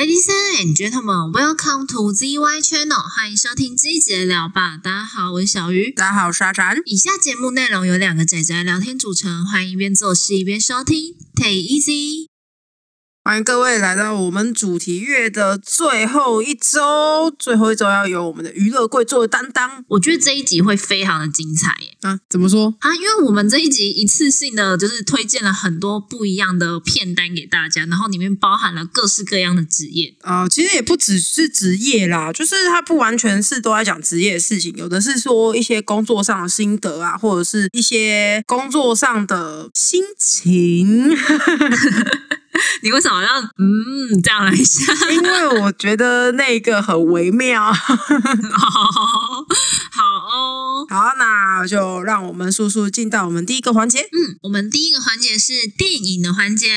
and gentlemen，welcome to ZY Channel，欢迎收听这一集的聊吧。大家好，我是小鱼。大家好，我是阿展。以下节目内容由两个仔仔聊天组成，欢迎一边做事一边收听，Take it easy。欢迎各位来到我们主题月的最后一周，最后一周要由我们的娱乐贵做担当我觉得这一集会非常的精彩耶！啊？怎么说？啊，因为我们这一集一次性的就是推荐了很多不一样的片单给大家，然后里面包含了各式各样的职业。啊、其实也不只是职业啦，就是它不完全是都在讲职业的事情，有的是说一些工作上的心得啊，或者是一些工作上的心 情。你为什么要嗯这样来一下？因为我觉得那个很微 妙。好好哦。好，那就让我们速速进到我们第一个环节。嗯，我们第一个环节是电影的环节。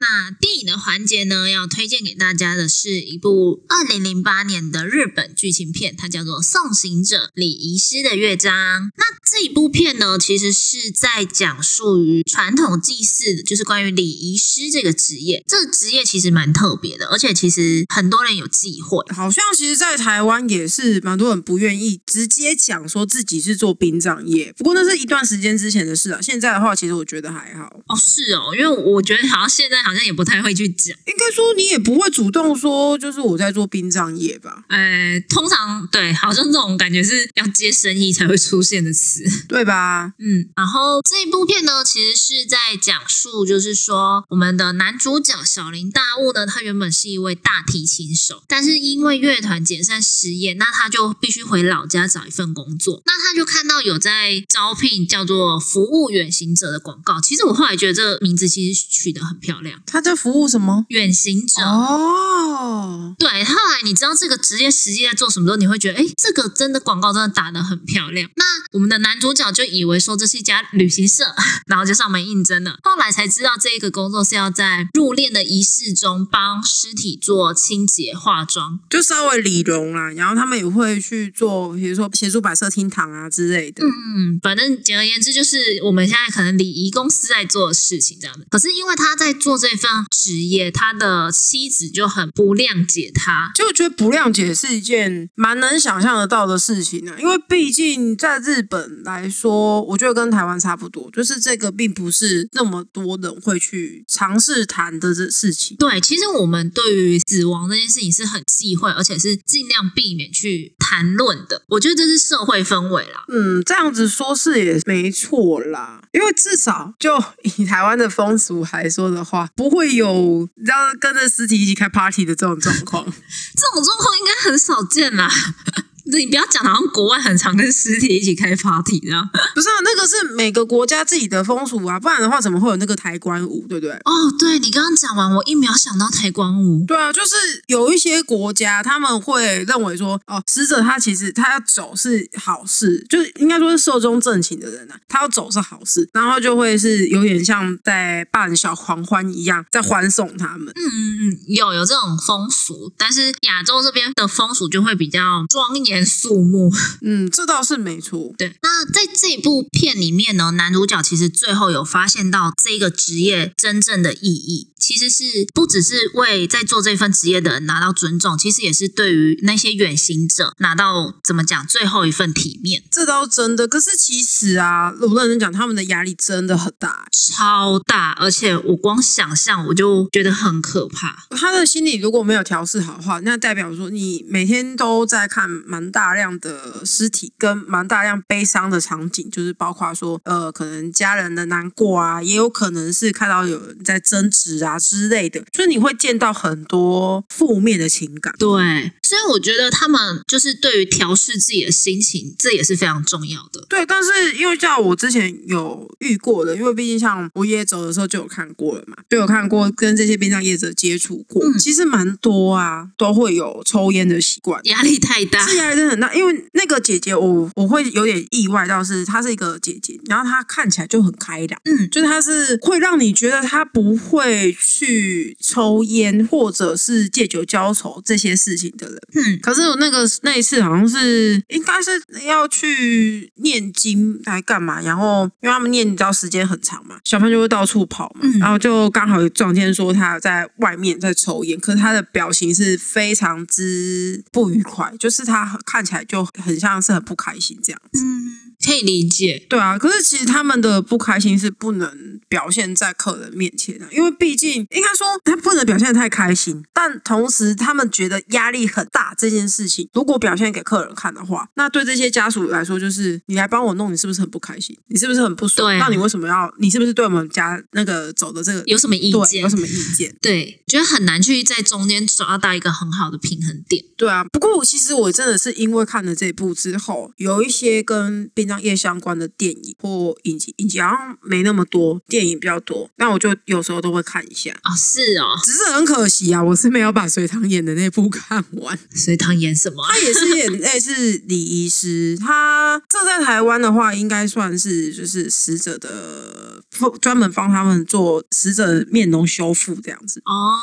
那电影的环节呢，要推荐给大家的是一部二零零八年的日本剧情片，它叫做《送行者礼仪师的乐章》。那这一部片呢，其实是在讲述于传统祭祀，就是关于礼仪师这个职业。这个职业其实蛮特别的，而且其实很多人有忌讳。好像其实，在台湾也是蛮多人不愿意直接讲说自己是做殡葬业，不过那是一段时间之前的事啊。现在的话，其实我觉得还好。哦，是哦，因为我觉得好像现在好像也不太会去讲。应该说你也不会主动说，就是我在做殡葬业吧，呃，通常对，好像这种感觉是要接生意才会出现的词。对吧？嗯，然后这一部片呢，其实是在讲述，就是说我们的男主角小林大悟呢，他原本是一位大提琴手，但是因为乐团解散失业，那他就必须回老家找一份工作。那他就看到有在招聘叫做服务远行者的广告，其实我后来觉得这个名字其实取得很漂亮，他在服务什么？远行者。哦，对，后来你知道这个职业实际在做什么时候，你会觉得，哎，这个真的广告真的打得很漂亮。那我们的男主角就以为说这是一家旅行社， 然后就上门应征了。后来才知道这个工作是要在入殓的仪式中帮尸体做清洁、化妆。就稍微理容啦，然后他们也会去做，比如说协助摆设厅堂啊之类的。嗯，反正简而言之，就是我们现在可能礼仪公司在做的事情这样的。可是因为他在做这份职业，他的妻子就很不谅解他。就我觉得不谅解是一件蛮能想象得到的事情啊，因为毕竟在日本来说，我觉得跟台湾差不多，就是这个并不是那么多人会去尝试谈的这事情。对，其实我们对于死亡这件事情是很忌讳，而且是尽量避免去谈论的。我觉得这是社会氛围啦。嗯，这样子说是也没错啦，因为至少就以台湾的风俗来说的话，不会有你知道跟着尸体一起开 party 的这种状况。 这种状况应该很少见啦。 你不要讲，好像国外很常跟尸体一起开 party 这样。不是啊，那个是每个国家自己的风俗啊，不然的话怎么会有那个抬棺舞，对不对？哦，对你刚刚讲完，我一秒想到抬棺舞。对啊，就是有一些国家他们会认为说，哦，死者他其实他要走是好事，就是应该说是寿终正寝的人啊，他要走是好事，然后就会是有点像在办小狂欢一样，在欢送他们。嗯嗯嗯，有有这种风俗，但是亚洲这边的风俗就会比较庄严肃穆。嗯，这倒是没错。对，那在这部片里面呢，男主角其实最后有发现到这个职业真正的意义，其实是不只是为在做这份职业的人拿到尊重，其实也是对于那些远行者拿到怎么讲最后一份体面，这倒真的，可是其实啊，我认真讲，他们的压力真的很大、超大，而且我光想象我就觉得很可怕。他的心理如果没有调试好的话，那代表说你每天都在看蛮大量的尸体跟蛮大量悲伤的场景，就是包括说呃，可能家人的难过啊，也有可能是看到有人在争执啊之类的，所以你会见到很多负面的情感。对，所以我觉得他们就是对于调试自己的心情，这也是非常重要的。对，但是因为像我之前有遇过的，因为毕竟像我爷爷走的时候就有看过了嘛，就有看过跟这些殡葬业者接触过，嗯其实蛮多啊，都会有抽烟的习惯。压力太大，是压力啊真的很大，因为那个姐姐我我会有点意外到是她是一个姐姐，然后她看起来就很开朗，嗯，就是她是会让你觉得她不会去抽烟或者是借酒浇愁这些事情的人。嗯，可是我那个那一次好像是应该是要去念经来干嘛，然后因为他们念你知道时间很长嘛，小朋友就会到处跑嘛，嗯然后就刚好撞见说他在外面在抽烟，可是他的表情是非常之不愉快，就是他看起来就很像是很不开心这样。嗯，可以理解。对啊，可是其实他们的不开心是不能表现在客人面前的、啊因为毕竟应该说他不能表现得太开心，但同时他们觉得压力很大这件事情，如果表现给客人看的话，那对这些家属来说就是你来帮我弄，你是不是很不开心？你是不是很不爽？对啊那你为什么要？你是不是对我们家那个走的这个有什么意对见有什么意见？对，觉得很难去在中间抓到一个很好的平衡点。对啊，不过其实我真的是因为看了这部之后，有一些跟殡葬业相关的电影或影集，影集好像没那么多，电影比较多，那我就有时候都会看一下。哦，是哦，只是很可惜啊，我是没有把隋唐演的那部 看完。隋唐演什么啊？他也是演类似李医师，他这在台湾的话，应该算是就是死者的专门帮他们做死者面容修复这样子。哦，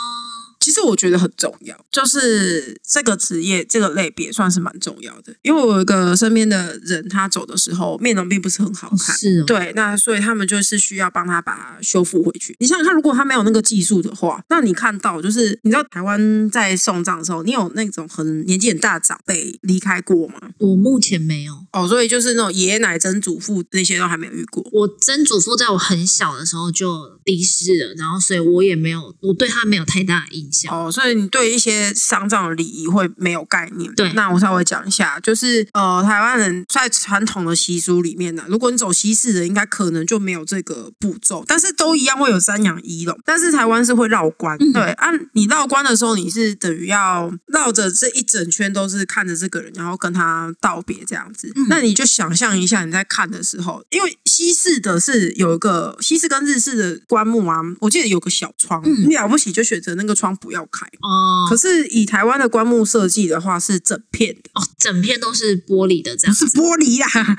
其实我觉得很重要，就是这个职业这个类别算是蛮重要的，因为我有一个身边的人，他走的时候面容并不是很好看。是哦，对，那所以他们就是需要帮他把它修复回去。你想想看，如果他没有那个技术的话，那你看到就是你知道台湾在送葬的时候，你有那种很年纪很大的长辈离开过吗？我目前没有。哦，所以就是那种爷爷奶曾祖父那些都还没有遇过。我曾祖父在我很小的时候就离世了，然后所以我也没有，我对他没有太大的印象。哦，所以你对一些丧葬的礼仪会没有概念。对那我稍微讲一下，就是呃，台湾人在传统的习俗里面呢、如果你走西式的，应该可能就没有这个步骤，但是都一样会有三养一笼。但是台湾是会绕关，嗯对，按、你绕关的时候，你是等于要绕着这一整圈都是看着这个人，然后跟他道别这样子。嗯那你就想象一下你在看的时候，因为西式的是有一个西式跟日式的棺木啊，我记得有个小窗，嗯你了不起就选择那个窗不要开。哦，可是以台湾的棺木设计的话，是整片的，哦，整片都是玻璃的这样是子。玻璃 啦，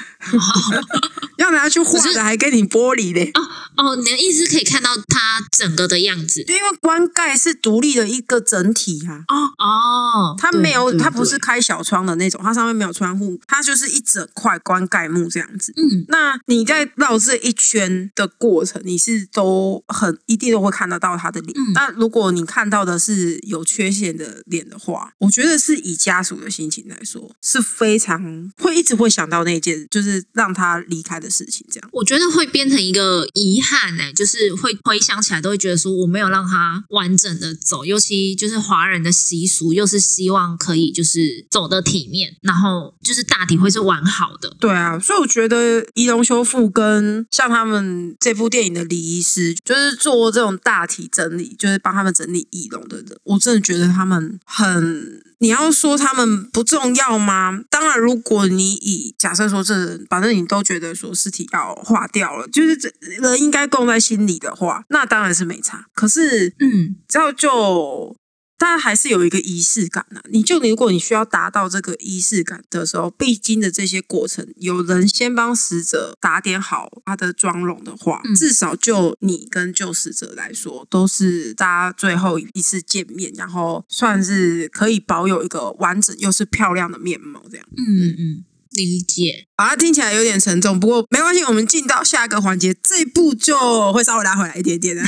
要拿去画的还给你玻璃嘞。哦，你的意思可以看到它整个的样子。因为棺盖是独立的一个整体啊，哦哦，它对没有，对它不是对开小窗的那种，它上面没有窗户，它就是一整块棺盖木这样子。嗯那你在绕这一圈的过程，你是都很一定都会看得到他的脸嗯。那、如果你看到的是有缺陷的脸的话，我觉得是以家属的心情来说，是非常会一直会想到那件，就是让他离开的事情。这样，我觉得会变成一个遗憾呢、欸就是会回想起来都会觉得说我没有让他完整的走，尤其就是华人的习俗又是希望可以就是走的体面，然后就是大体会是完好的。对啊，所以我觉得仪容修复跟像他们这部电影的李医师，就是做这种大体整理，就是帮他们整理仪容的人，我真的觉得他们很。你要说他们不重要吗？当然，如果你以假设说这，反正你都觉得说尸体要化掉了，就是这人应该供在心里的话，那当然是没差。可是嗯，这样就，但还是有一个仪式感啊。你就如果你需要达到这个仪式感的时候，必经的这些过程，有人先帮死者打点好他的妆容的话，嗯至少就你跟救死者来说，都是大家最后一次见面，然后算是可以保有一个完整又是漂亮的面貌这样。嗯嗯，理解。啊，听起来有点沉重，不过没关系，我们进到下一个环节，这一步就会稍微拉回来一点点的。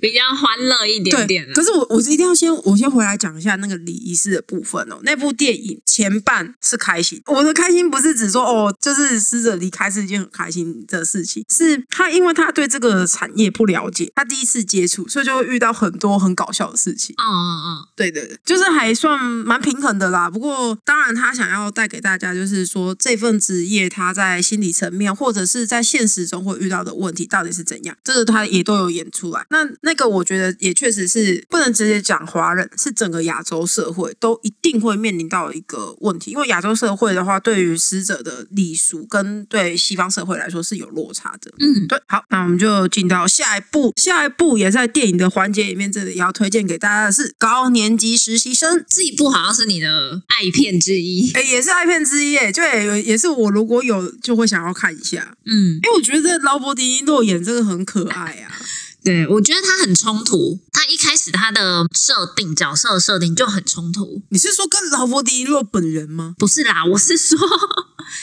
比较欢乐一点点啊可了。是我我一定要先我先回来讲一下那个礼仪式的部分哦。那部电影前半是开心，我的开心不是指说哦，就是死者离开是一件很开心的事情，是他因为他对这个产业不了解，他第一次接触，所以就会遇到很多很搞笑的事情。嗯嗯对对对，就是还算蛮平衡的啦。不过，当然他想要带给大家，就是说这份职业他在心理层面或者是在现实中会遇到的问题到底是怎样，这个他也都有演出来。那那那个我觉得也确实是不能直接讲华人，是整个亚洲社会都一定会面临到一个问题，因为亚洲社会的话，对于死者的礼俗跟对西方社会来说是有落差的。嗯，对，好，那我们就进到下一步，下一步也在电影的环节里面，这里也要推荐给大家的是高年级实习生。这一部好像是你的爱片之一。哎，也是爱片之一耶，就也也是我如果有就会想要看一下，嗯，因为我觉得劳勃迪尼诺演这个很可爱啊。对，我觉得它很冲突。它一开始它的设定角色的设定就很冲突，你是说跟劳勃迪尼诺本人吗？不是啦，我是说，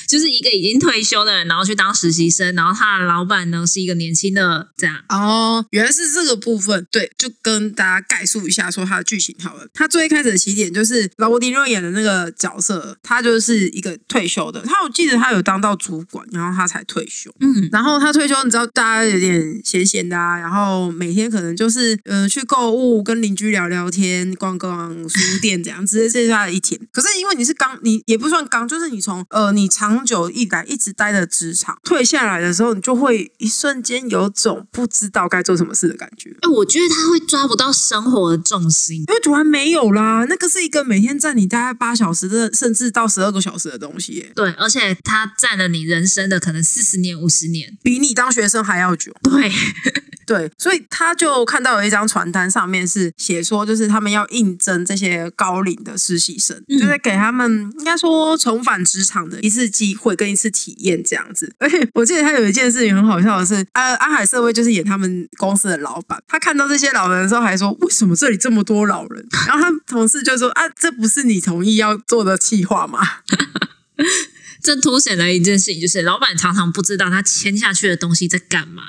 就是一个已经退休的人，然后去当实习生，然后他的老板呢是一个年轻的，这样，哦，原来是这个部分，对，就跟大家概述一下说它的剧情好了。它最一开始的起点就是劳勃迪尼诺演的那个角色，他就是一个退休的，他我记得他有当到主管，然后他才退休。嗯然后他退休，你知道大家有点闲闲的啊，然后每天可能就是嗯、呃去购物、跟邻居聊聊天、逛逛书店这样子，这是他的一天。可是因为你是刚，你也不算刚，就是你从呃你长久以来一直待的职场退下来的时候，你就会一瞬间有种不知道该做什么事的感觉。哎、我觉得他会抓不到生活的重心。因为突然没有啦，那个是一个每天占你大概八小时的，甚至到十二个小时的东西耶，对，而且他占了你人生的可能四十年、五十年。比你当学生还要久。对， 对，所以他就看到有一张传单，上面是写说，就是他们要应征这些高龄的实习生，嗯就是给他们应该说重返职场的一次机会跟一次体验这样子。而 且我记得他有一件事情很好笑的是，呃，安海社会就是演他们公司的老板，他看到这些老人的时候还说，为什么这里这么多老人？ 然后他同事就说，啊，这不是你同意要做的计划吗？这凸显了一件事情，就是老板常常不知道他签下去的东西在干嘛。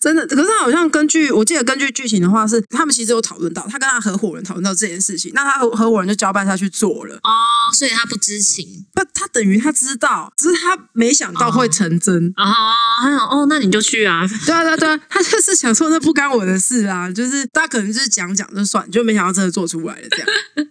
真的，可是他好像根据我记得根据剧情的话是，他们其实有讨论到，他跟他合伙人讨论到这件事情，那他合合伙人就交办他去做了，哦，所以他不知情。不，他等于他知道，只是他没想到会成真。哦，还有哦，那你就去啊。 对啊，对啊，对啊，他就是想说那不干我的事啊，就是大家可能就是讲讲就算，就没想到真的做出来了 这样。对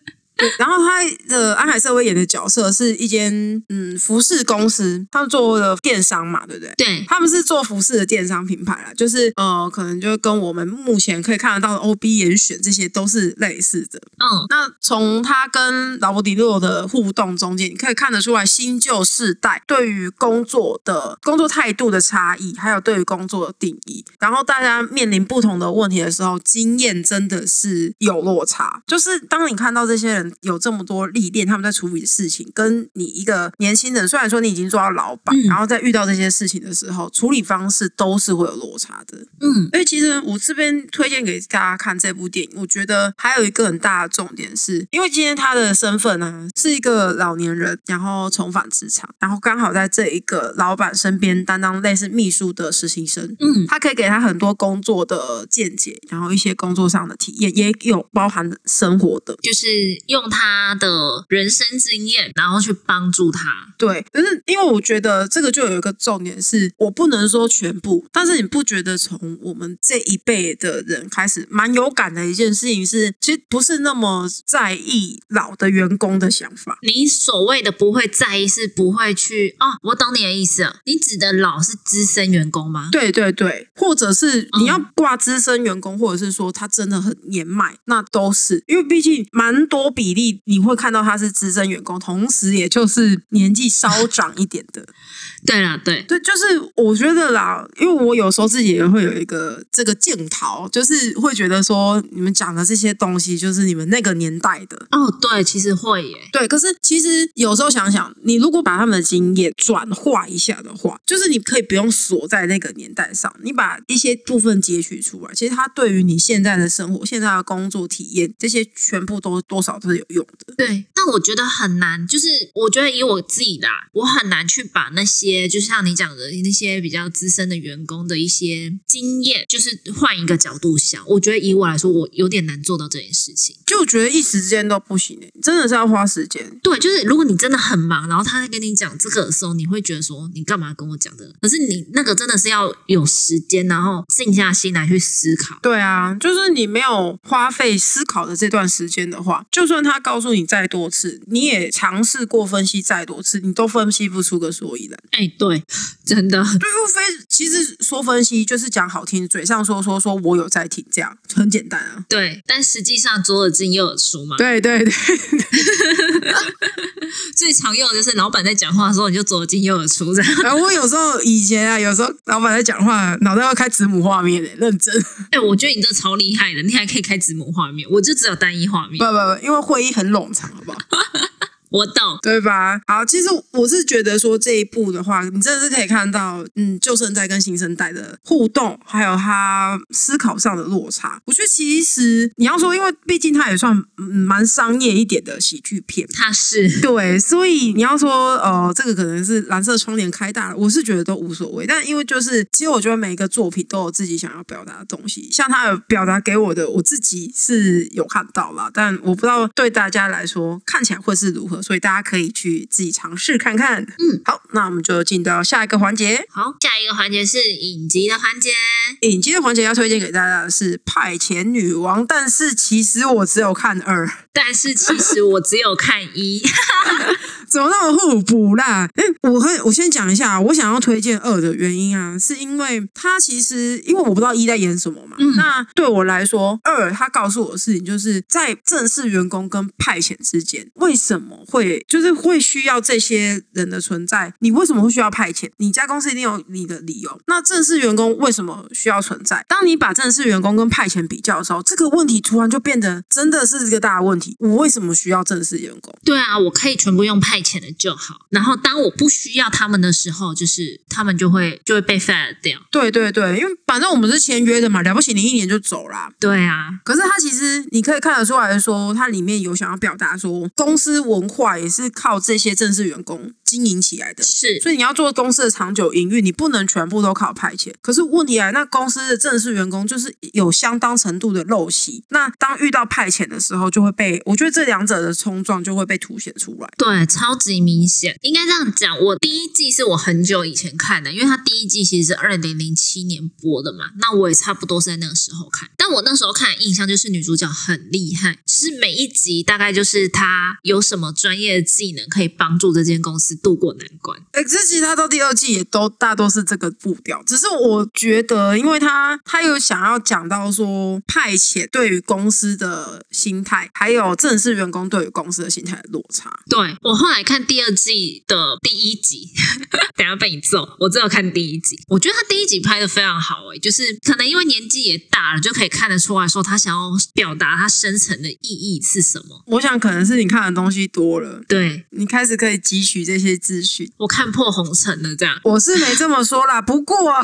然后他的安海瑟薇演的角色是一间嗯服饰公司，他们做了电商嘛，对不对？对，他们是做服饰的电商品牌啦，就是呃，可能就跟我们目前可以看得到的 OB 严选这些都是类似的。嗯，那从他跟劳勃迪诺的互动中间，你可以看得出来新旧世代对于工作的工作态度的差异，还有对于工作的定义。然后大家面临不同的问题的时候，经验真的是有落差。就是当你看到这些人有这么多历练，他们在处理的事情，跟你一个年轻人，虽然说你已经做到老板，嗯然后在遇到这些事情的时候，处理方式都是会有落差的。嗯，所以其实我这边推荐给大家看这部电影，我觉得还有一个很大的重点是，因为今天他的身份呢、是一个老年人，然后重返职场，然后刚好在这一个老板身边担当类似秘书的实习生。嗯，他可以给他很多工作的见解，然后一些工作上的体验，也有包含生活的。就是用他的人生经验，然后去帮助他。对，可是因为我觉得这个就有一个重点是，我不能说全部，但是你不觉得从我们这一辈的人开始，蛮有感的一件事情是，其实不是那么在意老的员工的想法。你所谓的不会在意，是不会去哦，我懂你的意思了。你指的老是资深员工吗？对对对，或者是嗯你要挂资深员工，或者是说他真的很年迈，那都是因为毕竟蛮多比例你会看到他是资深员工，同时也就是年纪稍长一点的。对啦，对，对，就是我觉得啦，因为我有时候自己也会有一个这个镜头，就是会觉得说你们讲的这些东西，就是你们那个年代的。哦，对，其实会耶。对，可是其实有时候想想，你如果把他们的经验转化一下的话，就是你可以不用锁在那个年代上，你把一些部分截取出来，其实它对于你现在的生活、现在的工作体验，这些全部都多少都是有用的。对，但我觉得很难，就是我觉得以我自己的啊，我很难去把那些，就像你讲的那些比较资深的员工的一些经验，就是换一个角度想。我觉得以我来说，我有点难做到这件事情。就我觉得一时之间都不行、欸，真的是要花时间。对，就是如果你真的很忙，然后他在跟你讲这个的时候，你会觉得说你干嘛跟我讲这个？可是你那个真的是要有时间，然后静下心来去思考。对啊，就是你没有花费思考的这段时间的话，就算他告诉你再多次，你也尝试过分析再多次，你都分析不出个所以然。哎、对，真的，对，又非其实说分析就是讲好听，嘴上说说说我有在听，这样很简单啊。对。但实际上，左耳进右耳出嘛，对对对， 最常用的就是老板在讲话的时候，你就左耳进右耳出这样。 然后我有时候以前啊，有时候老板在讲话，脑袋要开子母画面的、认真。哎、我觉得你这超厉害的，你还可以开子母画面，我就只有单一画面不。不不，因为会议很冗长，好不好？我懂，对吧？好，其实我是觉得说这一步的话，你真的是可以看到，嗯，旧生代跟新生代的互动，还有他思考上的落差。我觉得其实你要说，因为毕竟它也算嗯蛮商业一点的喜剧片。他是对，所以你要说，呃，这个可能是蓝色窗帘开大了，我是觉得都无所谓。但因为就是，其实我觉得每一个作品都有自己想要表达的东西，像他有表达给我的，我自己是有看到啦，但我不知道对大家来说看起来会是如何，所以大家可以去自己尝试看看。嗯，好，那我们就进到下一个环节，好。下一个环节是影集的环节，影集的环节要推荐给大家的是《派遣女王》，但是其实我只有看二。但是其实我只有看一，怎么那么互补啦？哎、我很我先讲一下，啊我想要推荐二的原因啊，是因为它其实因为我不知道一在演什么嘛，嗯那对我来说，二它告诉我的事情就是在正式员工跟派遣之间，为什么会就是会需要这些人的存在？你为什么会需要派遣？你家公司一定有你的理由。那正式员工为什么需要存在？当你把正式员工跟派遣比较的时候，这个问题突然就变得真的是一个大问题。我为什么需要正式员工？对啊，我可以全部用派遣的就好。然后当我不需要他们的时候，就是他们就会就会被 fire 掉。对对对，因为反正我们是签约的嘛，了不起你一年就走啦。对啊，可是它其实你可以看得出来说，它里面有想要表达说，公司文化也是靠这些正式员工经营起来的。是所以你要做公司的长久营运，你不能全部都靠派遣。可是问题来，那公司的正式员工就是有相当程度的陋习，那当遇到派遣的时候，就会被我觉得这两者的冲撞就会被凸显出来。对，超级明显。应该这样讲，我第一季是我很久以前看的，因为它第一季其实是二零零七年播的嘛，那我也差不多是在那个时候看。但我那时候看的印象就是女主角很厉害，是每一集大概就是她有什么专业的技能可以帮助这间公司渡过难关。哎、这其实他到第二季也都大多是这个步调，只是我觉得，因为他他有想要讲到说派遣对于公司的心态，还有正式员工对于公司的心态的落差。对我后来看第二季的第一集， 等一下被你揍。我只有看第一集，我觉得他第一集拍的非常好诶、就是可能因为年纪也大了，就可以看得出来说他想要表达他深层的意义是什么。我想可能是你看的东西多了，对你开始可以汲取这些资讯。我看破红尘了，这样我是没这么说啦， 不过啊，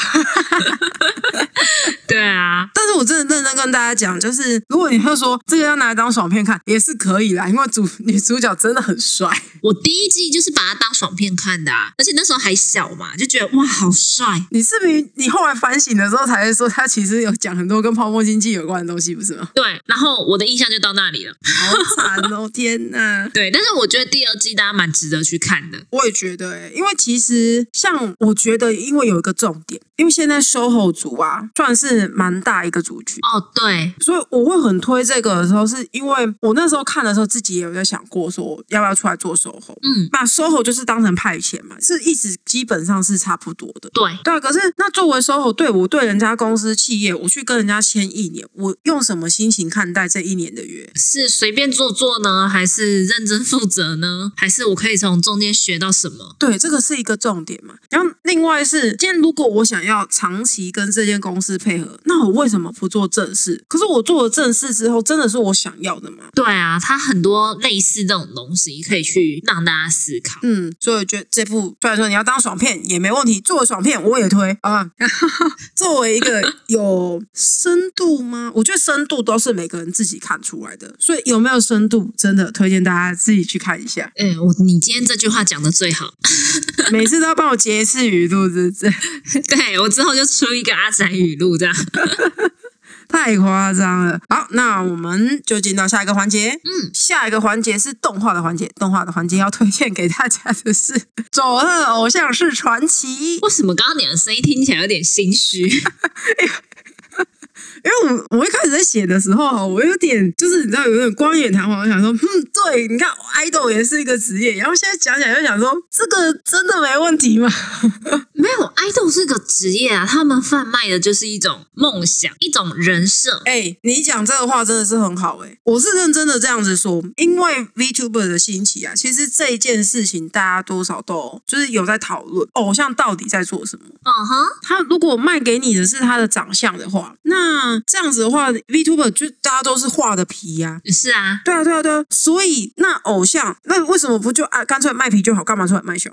对啊，但是我真的认真跟大家讲，就是如果你会说这个要拿来当爽片看，也是可以啦，因为主女主角真的很帅。我第一季就是把它当爽片看的、啊，而且那时候还小嘛，就觉得哇好帅。？你是不是你后来反省的时候才会说，他其实有讲很多跟泡沫经济有关的东西，不是吗对，然后我的印象就到那里了。好惨 哦，天哪！对，但是我觉得第二季大家蛮值得去看的。我也觉得、欸，因为其实像我觉得，因为有一个重点，因为现在 SOHO 族啊，算是蛮大一个族群，哦，对，所以我会很推这个的时候，是因为我那时候看的时候，自己也有在想过说要不要出来做 SOHO。嗯，那 SOHO 就是当成派遣嘛，是一直基本上是差不多的。对，对啊，可是那作为 SOHO，对我对人家公司企业，我去跟人家签一年，我用什么心情看待这一年的约？是随便做做呢，还是认真负责呢？还是我可以从中间学到什么？对，这个是一个重点嘛。然后另外是，今天如果我想要长期跟这间公司配合，那我为什么不做正事？可是我做了正事之后，真的是我想要的吗？对啊，它很多类似这种东西可以去让大家思考。嗯，所以我觉得这部虽然说你要当爽片也没问题，作为爽片我也推啊。 作为一个有深度吗？我觉得深度都是每个人自己看出来的，所以有没有深度，真的推荐大家自己去看一下。哎、我你今天这句话讲的最好， 每次都要帮我截一次语录，是不是？对我之后就出一个阿宅语录这样。太夸张了。好，那我们就进到下一个环节。嗯，下一个环节是动画的环节，动画的环节要推荐给大家的是《佐贺偶像是传奇》。为什么刚刚你的声音听起来有点心虚？因为我我一开始在写的时候，啊我有点就是你知道有点光眼堂皇，我想说，嗯，对，你看爱豆也是一个职业，然后现在讲起来就想说，这个真的没问题吗？ 没有，爱豆是个职业啊，他们贩卖的就是一种梦想，一种人设。哎、你讲这个话真的是很好哎、我是认真的这样子说，因为 VTuber 的兴起啊，其实这一件事情大家多少都就是有在讨论，偶像到底在做什么。嗯哼，他如果卖给你的是他的长相的话，那这样子的话，VTuber 就大家都是画的皮呀、是啊， 对啊，对啊，对啊，所以那偶像那为什么不就啊干脆卖皮就好，干嘛出来卖笑？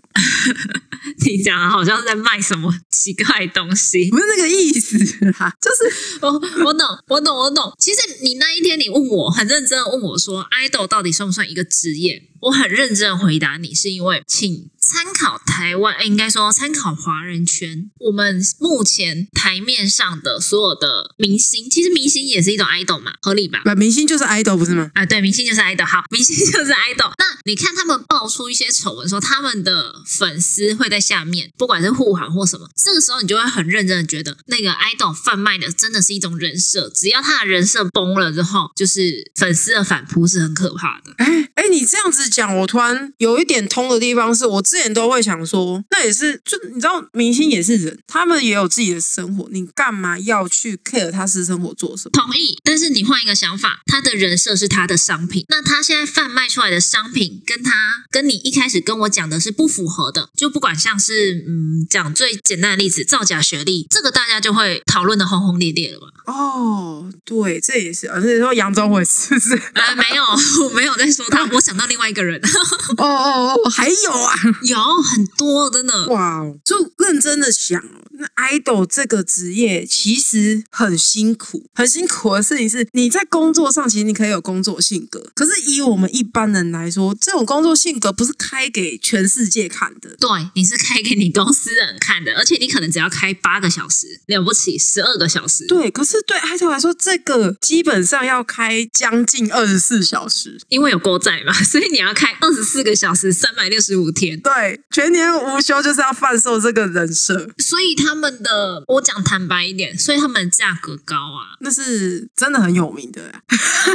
你讲得好像在卖什么奇怪的东西。不是那个意思啦， 就是我 我懂，我懂，我懂。其实你那一天你问我，很认真的问我说，爱豆到底算不算一个职业？我很认真地回答你，是因为请参考台湾，哎，应该说参考华人圈，我们目前台面上的所有的明星，其实明星也是一种爱豆嘛，合理吧？把明星就是 idol 不是吗？啊，对，明星就是爱豆，好， 明星就是爱豆。那你看他们爆出一些丑闻，说他们的粉丝会在下面，不管是护航或什么，这个时候你就会很认真的觉得，那个爱豆贩卖的真的是一种人设，只要他的人设崩了之后，就是粉丝的反扑是很可怕的。哎哎，你这样子讲，我突然有一点通的地方是，我之前都会想说，那也是，就你知道，明星也是人，他们也有自己的生活，你干嘛要去 care 他私生活做什么？同意，但是你换一个想法，他的人设是他的商品，那他现在贩卖出来的商品跟他跟你一开始跟我讲的是不符合的，就不管像是嗯讲最简单的例子，造假学历，这个大家就会讨论的轰轰烈烈了吧？哦，对，这也是，而且说扬州我是不是？啊、没有， 我没有在说他，我想到另外一个人， 哦哦哦，还有啊，有很多真的，哇哦，就认真的想哦，那 idol 这个职业其实很辛苦，很辛苦的事情是你在工作上其实你可以有工作性格，可是以我们一般人来说，这种工作性格不是开给全世界看的。对，你是开给你公司人看的，而且你可能只要开八个小时，了不起十二个小时，对，可是对 idol 来说，这个基本上要开将近二十四小时，因为有国债嘛，所以你要开二十四个小时，三百六十五天。对，全年无休就是要贩售这个人设，所以他们的，我讲坦白一点，所以他们的价格高啊。那是真的很有名的、啊。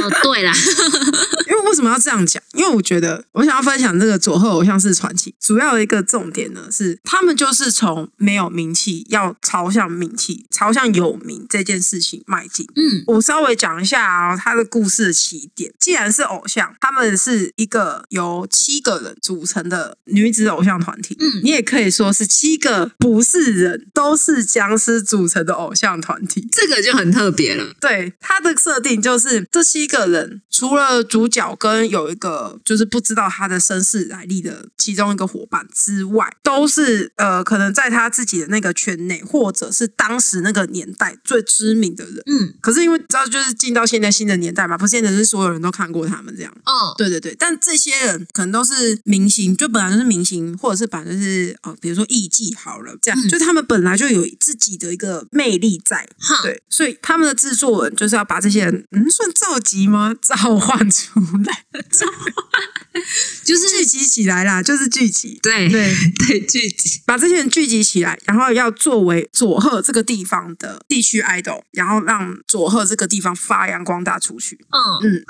哦，对啦，因为为什么要这样讲？因为我觉得我想要分享这个佐贺偶像式传奇，主要的一个重点呢是，他们就是从没有名气要朝向名气，朝向有名这件事情迈进。嗯，我稍微讲一下啊、他的故事的起点。既然是偶像，他们是一个由七个人组成的女子偶像团体。嗯你也可以说是七个不是人，都是僵尸组成的偶像团体。这个就很特别了。对，它的设定就是这七个人，除了主角跟有一个就是不知道他的身世来历的其中一个伙伴之外，都是呃可能在他自己的那个圈内，或者是当时那个年代最知名的人。嗯，可是因为你知道，就是进到现在新的年代嘛，不见得是所有人都看过他们这样。哦，对对对，但这些人可能都是明星，就本来就是明星，或者是本来就是呃，比如说艺伎好了，这样、嗯就他们本来就有自己的一个魅力在，好，对，所以他们的制作人就是要把这些人，嗯，算召集吗？ 召唤出来， 就是聚集起来啦，就是聚集。对 对，对聚集，把这些人聚集起来，然后要作为佐贺这个地方的地区 idol，然后让佐贺这个地方发扬光大出去。嗯嗯，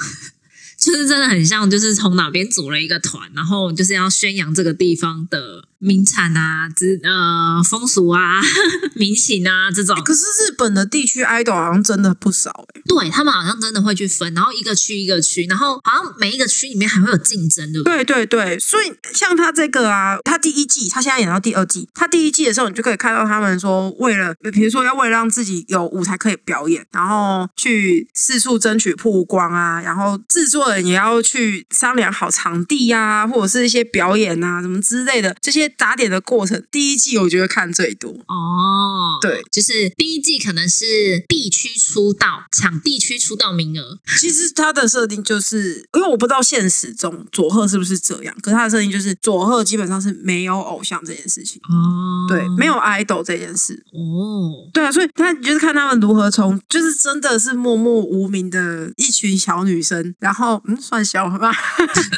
就是真的很像，就是从哪边组了一个团，然后就是要宣扬这个地方的名产啊、之呃风俗啊、 民情啊这种。哎可是日本的地区 idol 好像真的不少哎、对他们好像真的会去分，然后一个区一个区，然后好像每一个区里面还会有竞争，对不对？对对对，所以像他这个啊，他第一季，他现在演到第二季，他第一季的时候，你就可以看到他们说，为了比如说要为了让自己有舞台可以表演，然后去四处争取曝光啊，然后制作人也要去商量好场地呀、或者是一些表演啊什么之类的这些打点的过程。第一季我觉得看最多，哦，对，就是第一季可能是地区出道，抢地区出道名额。其实它的设定就是，因为我不知道现实中佐贺是不是这样，可是它的设定就是佐贺基本上是没有偶像这件事情，哦，对，没有 idol 这件事。哦，对啊，所以他你就是看他们如何从，就是真的是默默无名的一群小女生，然后嗯，算小吧，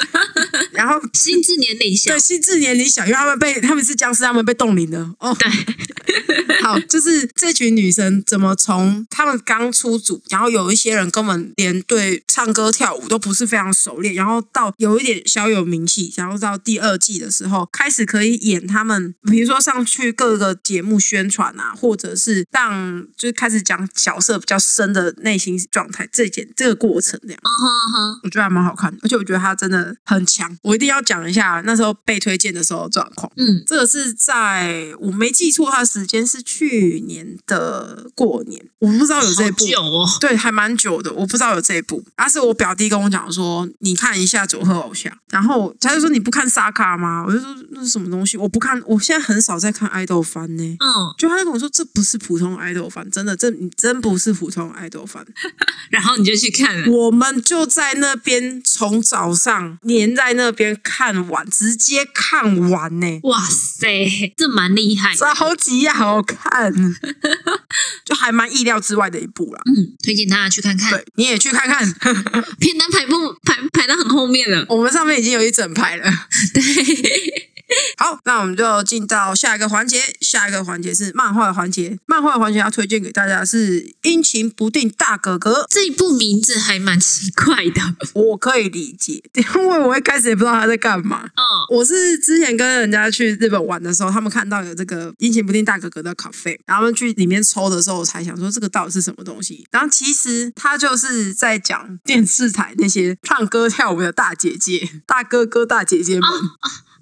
然后心智年龄小对，心智年龄小，因为他们被他们是僵尸，他们被冻龄了。哦，对， 好，就是这群女生怎么从他们刚出组，然后有一些人根本连对唱歌跳舞都不是非常熟练，然后到有一点小有名气，然后到第二季的时候开始可以演他们，比如说上去各个节目宣传啊，或者是让就是开始讲角色比较深的内心状态，这件这个过程这样。嗯哼嗯哼，我觉得还蛮好看的，而且我觉得他真的很强，我一定要讲一下那时候被推荐的时候的状况。嗯，这个是在我没记错，它的时间是去年的过年，我不知道有这好一部。久哦，对，还蛮久的，我不知道有这一部。而是我表弟跟我讲说，你看一下《酒喝偶像》，然后他就说你不看萨卡吗？我就说那是什么东西？我不看，我现在很少在看爱豆番呢。嗯，就他就跟我说，这不是普通爱豆番，真的，这你真不是普通爱豆番。然后你就去看了，我们就在那边从早上黏在那边看完，直接看完呢、哇塞，这蛮厉害的，超级 好看，就还蛮意料之外的一部啦。嗯，推荐大家去看看，对，你也去看看， 片单排不排排到很后面了，我们上面已经有一整排了。对， 好，那我们就进到下一个环节，下一个环节是漫画的环节。漫画的环节要推荐给大家的是《阴晴不定大哥哥》，这一部名字还蛮奇怪的， 我可以理解，因为我一开始也不知道他在干嘛。嗯我是之前跟人家去日本玩的时候，他们看到有这个阴晴不定大哥哥的咖啡，然后他们去里面抽的时候，我才想说这个到底是什么东西。然后其实他就是在讲电视台那些唱歌跳舞的大姐姐、大哥哥、大姐姐们。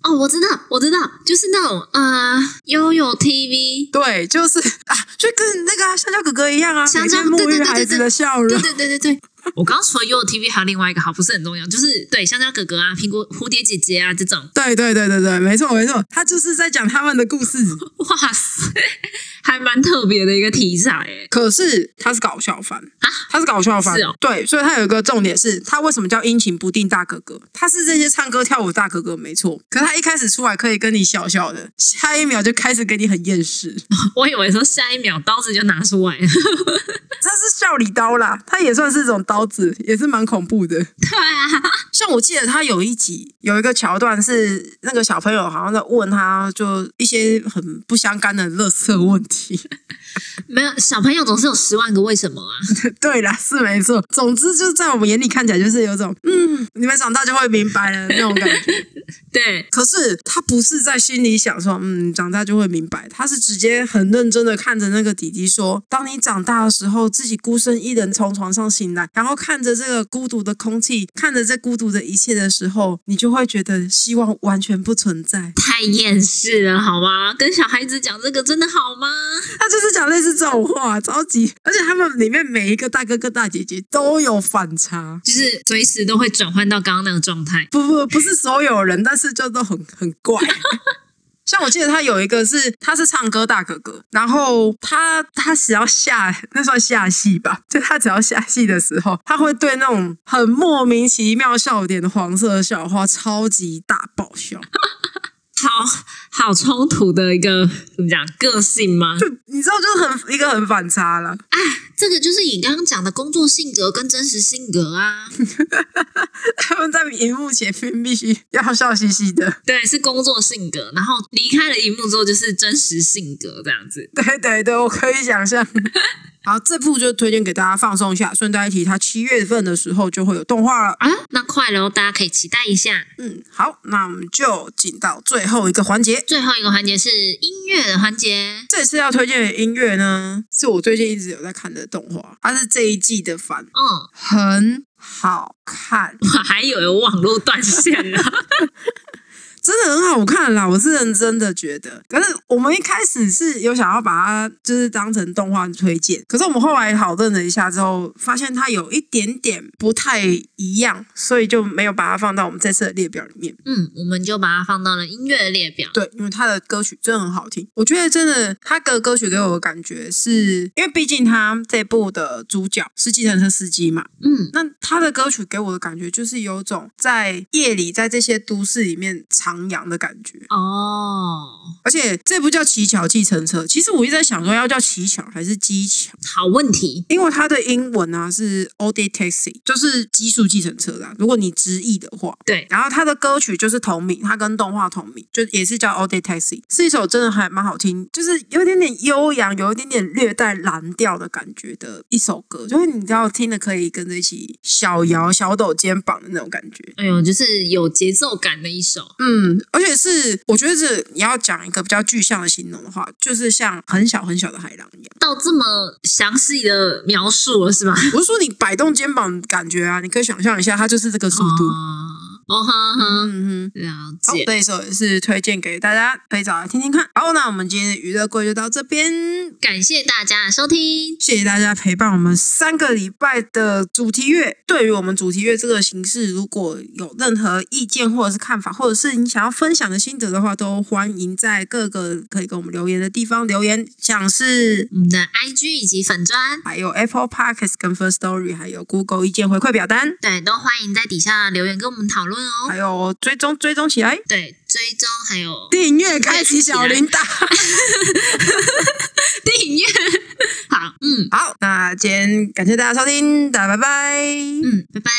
哦，我知道，我知道，就是那种啊、呃悠悠 TV， 对，就是啊，就跟那个啊香蕉哥哥一样啊，香蕉每天沐对对浴对孩子对对的笑 容对。对对对对。我刚刚除了悠悠 TV 还有另外一个，好，不是很重要，就是对香蕉哥哥啊、苹果蝴蝶姐姐啊这种，对对对对对，没错没错，他就是在讲他们的故事，哇塞，还蛮特别的一个题材欸诶。可是他是搞笑番啊，他是搞笑番，是哦对，所以他有一个重点是，他为什么叫阴晴不定大哥哥？他是这些唱歌跳舞大哥哥没错，可是他一开始出来可以跟你笑笑的，下一秒就开始给你很 厌世， 我以为说下一秒刀子就拿出来了，他是笑里刀啦，他也算是一种刀子，也是蛮恐怖的。 对啊，像我记得他有一集有一个桥段是那个小朋友好像在问他就一些很不相干的垃圾问题。没有小朋友总是有十万个为什么啊，对啦，是没错。总之就是在我们眼里看起来就是有种嗯，你们长大就会明白了那种感觉。对，可是他不是在心里想说嗯，长大就会明白，他是直接很认真的看着那个弟弟说，当你长大的时候，自己孤身一人从床上醒来，然后看着这个孤独的空气，看着这孤独的一切的时候，你就会觉得希望完全不存在。太厌世了好吗？跟小孩子讲这个真的好吗？他就是讲类似这种话，超级，而且他们里面每一个大哥哥大姐姐都有反差。就是随时都会转换到刚刚那个状态，不不不是所有人，但是就都很很怪。像我记得他有一个是他是唱歌大哥哥，然后他他只要下那算下戏吧，就他只要下戏的时候，他会对那种很莫名其妙笑点的黄色笑话超级大爆笑。好好冲突的一个怎么讲个性吗？就你知道，就是很一个很反差啦。这个就是你刚刚讲的工作性格跟真实性格啊，他们在荧幕前面必须要笑嘻嘻的。 对，是工作性格，然后离开了荧幕之后就是真实性格这样子。对对对，我可以想象。好，这部就推荐给大家放松一下。顺带一提，它七月份的时候就会有动画了。啊，那快了哦，大家可以期待一下。嗯，好，那我们就进到最后一个环节。最后一个环节是音乐的环节，这次要推荐的音乐呢，是我最近一直有在看的动画，它是这一季的番，嗯，很好看，我还以为网络断线了，真的很好看啦！我是认真的觉得。可是我们一开始是有想要把它就是当成动画推荐，可是我们后来讨论了一下之后，发现它有一点点不太一样，所以就没有把它放到我们这次的列表里面。 嗯，我们就把它放到了音乐列表。对，因为他的歌曲真的很好听，我觉得真的他的歌曲给我的感觉是，因为毕竟他这部的主角是计程车司机嘛，嗯，那他的歌曲给我的感觉就是有种在夜里在这些都市里面徜昂扬的感觉。哦，而且这部叫《乞巧计程车》，其实我一直在想说要叫乞巧还是机巧，好问题，因为它的英文啊是 All Day Taxi，就是奇数计程车啦。如果你直译的话，对，然后它的歌曲就是同名，它跟动画同名，就也是叫《All Day Taxi》，是一首真的还蛮好听，就是有一点点悠扬，有一点点略带蓝调的感觉的一首歌，就是你知道听的可以跟着一起小摇小抖肩膀的那种感觉。哎呦，就是有节奏感的一首，嗯，而且是我觉得是你要讲一个比较具象的形容的话，就是像很小很小的海浪一样， 到这么详细的描述了是吗？不是说你摆动肩膀的感觉啊，你可以想象一下，它就是这个速度。哦，哦哼哼，嗯哼。了好解，，这一首也是推荐给大家，可以找来听听看。好，那我们今天的娱乐柜就到这边，感谢大家的收听，谢谢大家陪伴我们三个礼拜的主题月。对于我们主题月这个形式，如果有任何意见或者是看法，或者是你想要分享的心得的话，都欢迎在各个可以给我们留言的地方留言，像是。我们的 IG 以及粉砖，还有 Apple Podcasts 跟 First Story，还有 Google 意见回馈表单，对，都欢迎在底下留言跟我们讨论还哦。有追踪追踪起来，对，追踪还有订阅开启小铃铛。订阅， 好，嗯好，那今天感谢大家收听，大家拜拜。嗯，拜拜。